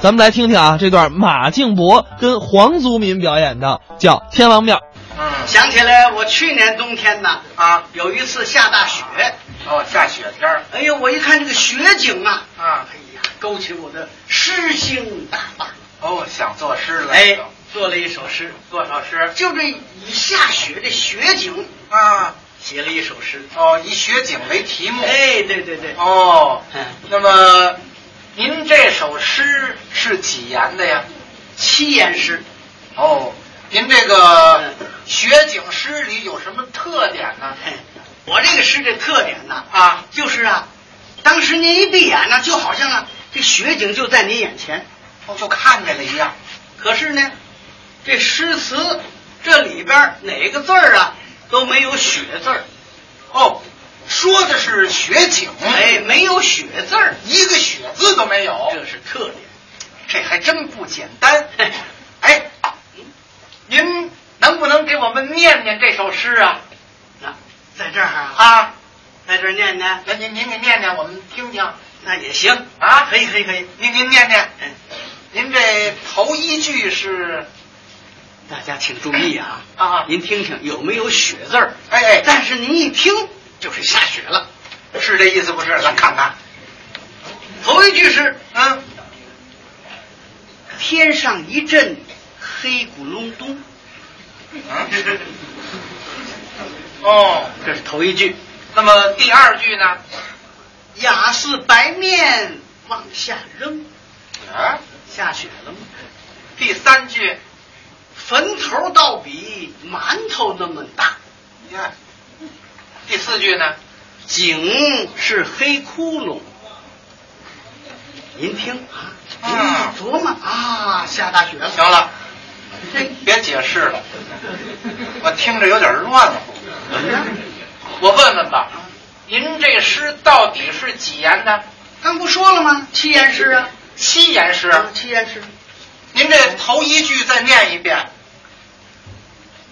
咱们来听听啊，这段马敬伯跟黄族民表演的叫《天王庙》。嗯想起来，我去年冬天呢，啊，有一次下大雪，哦，下雪天儿哎呀，我一看这个雪景啊，啊哎，呀，勾起我的诗兴大发。哦，想作诗了，哎，做了一首诗，多少诗就这以下雪这雪景，啊？写了一首诗。哦，以雪景为题目，，哎，对对对，哦嗯，那么您这首诗是几言的呀？七言诗。哦，您这个嗯雪景诗里有什么特点呢？嘿哎我这个诗的特点呢，啊，就是啊，当时您一闭眼呢，就好像啊，这雪景就在您眼前。哦，就看见了一样，可是呢，这诗词这里边儿哪个字儿啊都没有雪字儿，哦，说的是雪景，哎，，没有雪字儿，一个雪字都没有，这是特点。这还真不简单。哎，您能不能给我们念念这首诗啊？那在这儿啊，啊，在这儿念呢，那您您给念念，我们听听那也行。啊。可以可以可以，您您念念，嗯，您这头一句是，大家请注意啊啊您听听有没有雪字儿？哎哎，但是您一听就是下雪了。是这意思不是？咱看看，头一句是啊嗯，天上一阵黑咕隆咚，嗯，哦， 这是头一句。那么第二句呢？雅似白面往下扔，啊，下雪了吗？第三句，坟头倒比馒头那么大，你看，第四句呢？井是黑窟窿。您听啊，您啊一琢磨啊，下大雪了。行了，这别解释了，我听着有点乱乎。怎么样？我问问吧，您这诗到底是几言呢？刚不说了吗？七言诗啊，七言诗。啊七言诗。您这头一句再念一遍：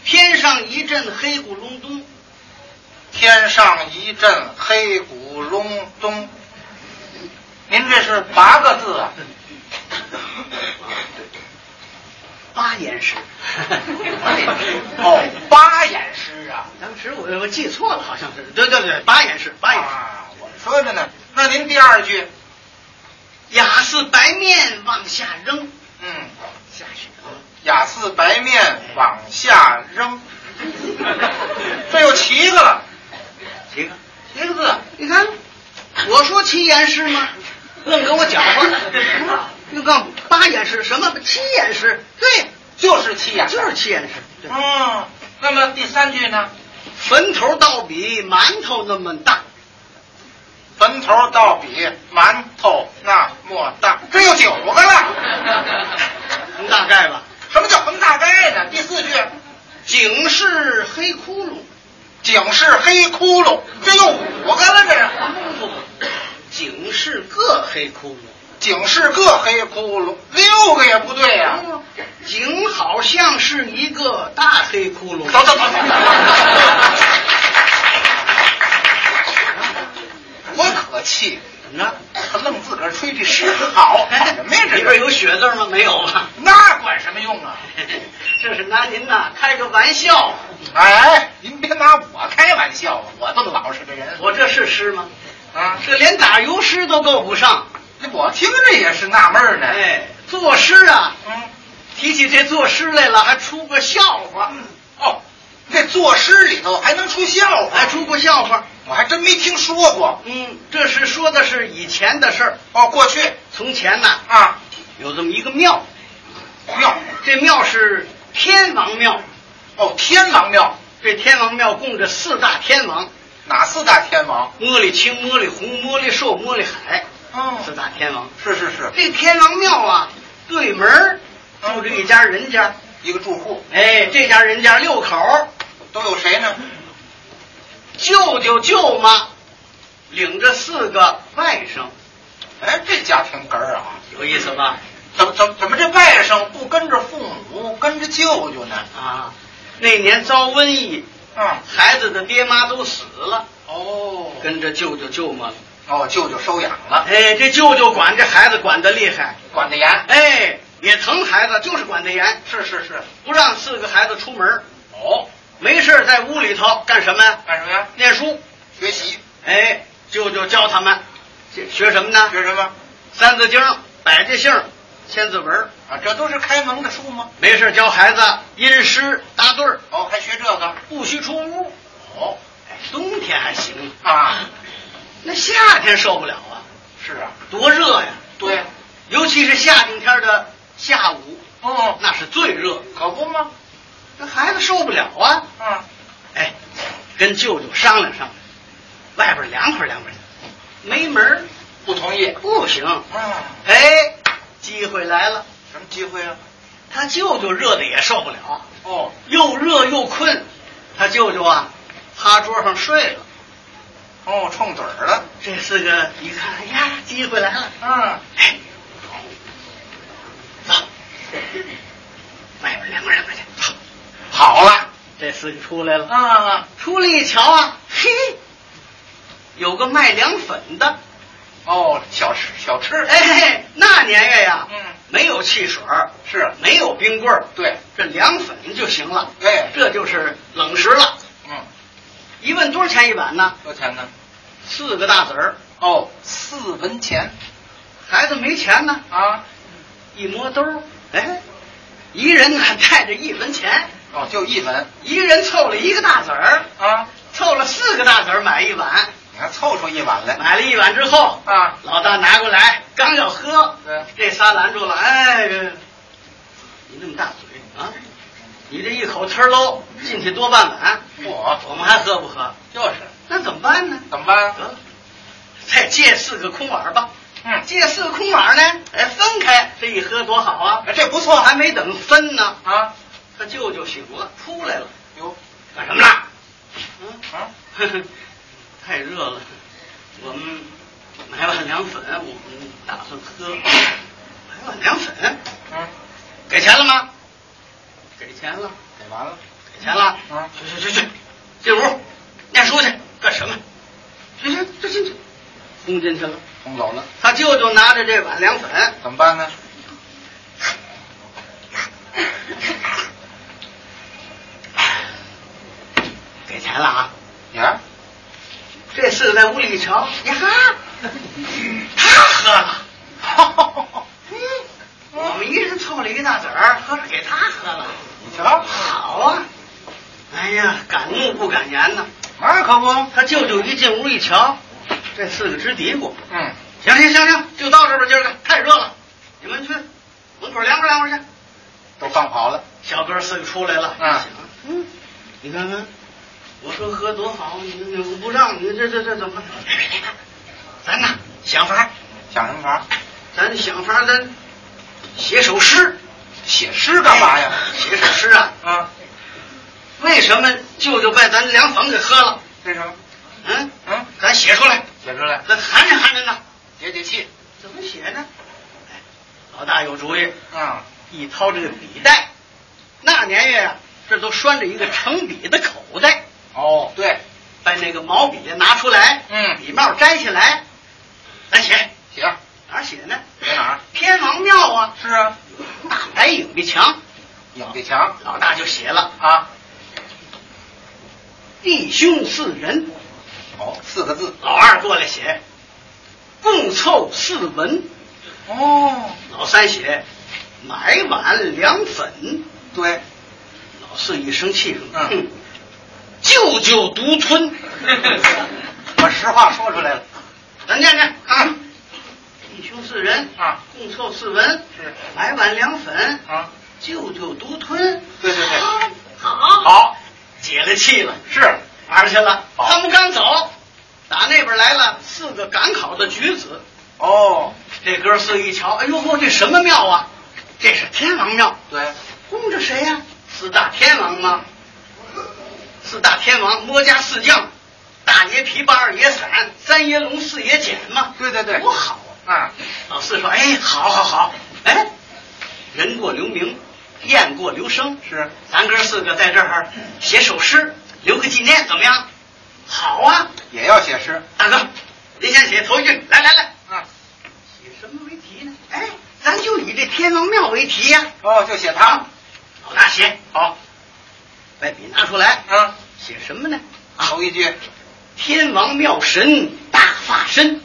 天上一阵黑咕隆咚，天上一阵黑咕隆咚。您这是八个字啊？八言诗。 哦，八言诗啊！当时我我记错了，好像是对对对，八言诗，八言诗。啊，我说着呢。那您第二句，雅似白面往下扔，嗯，下雪了。雅似白面往下扔，这有七个了。七个，七个字。你看，我说七言诗吗？愣给我搅和。 你告诉我八言诗什么？七言诗？对，就是七呀、就是七言诗。对嗯，那么第三句呢？坟头倒比馒头那么大，坟头倒比馒头那么大，这有九个了。你大概吧。 什么叫横大概呢？第四句，井是黑窟窿，井是黑窟窿，这有五个了。这是，井是个黑窟窿。井是个黑窟窿，六个也不对呀、井好像是一个大黑窟窿。走走走走。多可气！怎么着？他愣自个儿吹这诗好，哎什么呀？这里边有雪字吗？没有啊。 那管什么用啊？这是拿您呐开个玩笑。 哎，您别拿我开玩笑啊！我这么老实的人，我这是诗吗？啊，这连打油诗都够不上。我听着也是纳闷儿呢。，哎，作诗啊，嗯，提起这作诗来了，还出过笑话，哦，这作诗里头还能出笑话？还出过笑话。我还真没听说过。嗯，这是说的是以前的事儿。哦，过去从前呐，啊，有这么一个庙，庙，这庙是天王庙。哦，天王庙，这天王庙供着四大天王：哪四大天王？魔力青、魔力红、魔力寿、魔力海，四哦，大天王。是是是，这天王庙啊，对门儿住着一家人家，一个住户哎，这家人家六口儿，都有谁呢？舅舅舅妈，领着四个外甥，哎，这家庭哏儿啊，有意思吧？怎么怎么怎么这外甥不跟着父母，跟着舅舅呢？啊，那年遭瘟疫，啊，孩子的爹妈都死了，哦，跟着舅舅舅妈了。哦，舅舅收养了，哎，这舅舅管这孩子管得厉害，管得严。哎，也疼孩子，就是管得严，是是是。不让四个孩子出门，哦，没事儿在屋里头干什么呀？干什么呀？念书。学习。哎，舅舅教他们这学什么呢？学什么？三字经、百家姓、千字文。啊，这都是开蒙的书吗？没事儿教孩子吟诗搭对儿，哦，还学这个？不许出屋。哦，哎冬天还行，啊，那夏天受不了啊，是啊，多热呀！对，尤其是夏天天的下午，嗯，那是最热，可不吗？这孩子受不了啊。啊，哎，跟舅舅商量商量，外边凉快凉快去，没门儿不同意。不行。啊，哎，机会来了，什么机会啊？他舅舅热的也受不了，哦，又热又困，他舅舅啊趴桌上睡了。哦，冲盹儿了。这四个一看，哎呀，机会来了，嗯，哎，走，外边凉快凉快去。走好了。这四个出来了，啊，出来一瞧啊，嘿，有个卖凉粉的，哦，小吃小吃。，哎，那年月呀，嗯，没有汽水儿，是，没有冰棍儿，对，这凉粉就行了，哎，这就是冷食了。嗯，一问多少钱一碗呢？多钱呢？四个大子儿，哦，四文钱孩子没钱呢，啊。一摸兜儿，哎，一人呢带着一文钱，哦，就一文一人凑了一个大子儿，啊。凑了四个大子儿买一碗，哎你看凑出一碗来买了一碗之后，啊。老大拿过来刚要喝，对这仨拦住了，哎，你那么大嘴啊，你这一口呲儿喽进去多半碗，我我们还喝不喝？就是那怎么办呢？怎么办？得，再借四个空碗儿吧。嗯，借四个空碗儿呢，哎，分开，这一喝多好啊！哎这不错还没等分呢，啊。他舅舅醒了，出来了，哟，干什么呢？嗯，啊，呵呵太热了，我们买碗凉粉，我们打算喝。买碗凉粉，嗯，给钱了吗？给钱了，给完了。给钱了。嗯去去去去，进屋念书去，干什么？去去去进去，轰进去了。轰走了，他舅舅拿着这碗凉粉， 怎么办呢？给钱了啊！呀，这四个在屋里一瞧，呀哈，他喝了。嗯，我们一人凑了一个大子儿，合着给他喝了。你瞧，好啊！哎呀，敢怒不敢言呐！那可不。他舅舅一进屋一瞧，这四个直嘀咕：嗯，行行行行，就到这儿吧，今儿个太热了，你们去门口凉快凉快去。都放跑了。小哥四个出来了，嗯嗯，你看看，我说喝多好，你你不让，你这这这怎么办？别别别，咱呐想法儿，想什么法？咱想法儿，咱写首诗，写诗干嘛呀？写首诗啊？啊，为什么舅舅被咱凉粉给喝了？为什么？嗯，嗯，咱写出来，写出来咱含着含着呢，解解气。怎么写呢？哎老大有主意，啊，一掏这个笔袋，那年月呀、这都拴着一个盛笔的口袋。哦，对，把那个毛笔拿出来，嗯笔帽摘下来，咱写写哪儿写呢？写哪儿？天王庙啊，是啊，大白影壁墙，影壁墙老大就写了啊。弟兄四人，哦，四个字。老二过来写，共凑四文，哦， 老三写买碗凉粉，对，老四一生气了，嗯哼，舅舅独 吞，把实话说出来了。咱念念啊，弟兄四人啊，共凑四文，是买碗凉粉啊，舅舅独吞。对对对好，好，好，解了气了，是玩去了。好他们刚走，打那边来了四个赶考的举子。哦，这哥四个一瞧，哎呦嚯，这什么庙啊？这是天王庙，对，供着谁呀、四大天王吗？四大天王，魔家四将，大爷琵琶，二爷伞，三爷龙，四爷剪嘛。对对对多好啊！啊，老四说：“哎，好好好，哎，人过留名，雁过留声，是咱哥四个在这儿写首诗，留个纪念，怎么样？好啊，也要写诗。大哥，您先起头一句，来来来，嗯，以什么为题呢？哎，咱就以这天王庙为题呀、哦，就写他，老大写好，把笔拿出来，嗯，写什么呢？头一句，天王庙神大法身，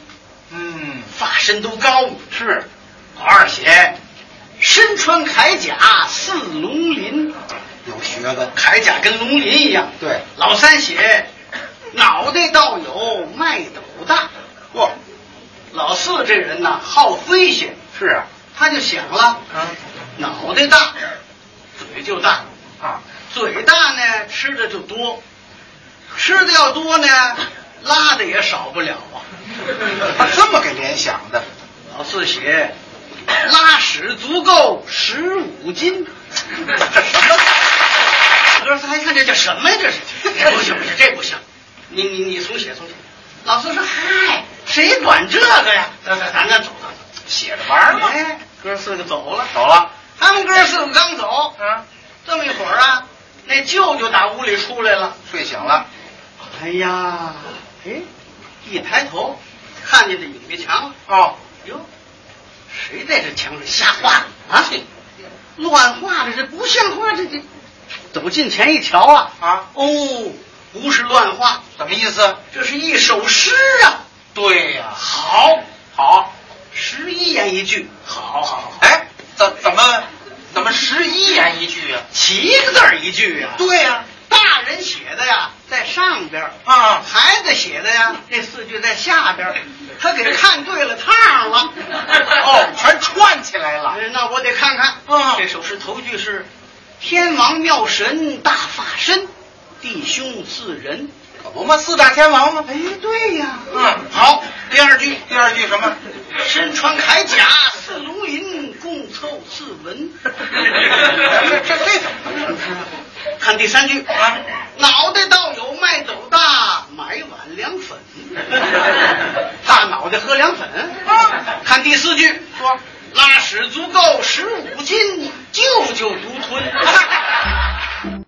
嗯，法身都高。是，老二写身穿铠甲似龙鳞，有学问，铠甲跟龙鳞一样。对，老三写脑袋倒有麦斗大。嚯，老四这人呐，好飞些，是啊，他就想了，嗯，脑袋大，嘴就大，啊，嘴大呢吃的就多，吃的要多呢，拉的也少不了啊。他这么给联想的，老四写拉屎足够十五斤，这什么？哥仨一哎看这叫什么呀？这是这不行不行，这不行！你你你重写重写。老四说：“嗨，谁管这个呀？咱咱咱咱走吧。写着玩儿嘛，哎，哥四个走了，走了，他们哥四个刚走，嗯，这么一会儿啊，那舅舅打屋里出来了。睡醒了，哎呀，哎，一抬头看见这影壁墙了。哦，哟，谁在这墙上瞎画呢啊？乱画的，这不像话！这这，走近前一瞧啊，啊，哦，不是乱画，什么意思？这是一首诗啊！对呀、好，好，十一言一句，好好好，哎，哎，怎怎么怎么十一言一句啊？七个字儿一句啊！对呀、大人写的呀，在上边儿啊孩子写的呀，这四句在下边儿他给看对了趟了。 哦，全串起来了。哎那我得看看。嗯这首诗头句是“天王妙神大法身，弟兄四人可不嘛，四大天王”。嘛。哎，对呀。嗯好。第二句，第二句什么？身穿铠甲似龙鳞，共凑四文。这这这怎么回事？看第三句啊，脑袋倒有卖斗大，买碗凉粉，大脑袋喝凉粉啊。看第四句说，拉屎足够十五斤，舅舅独吞。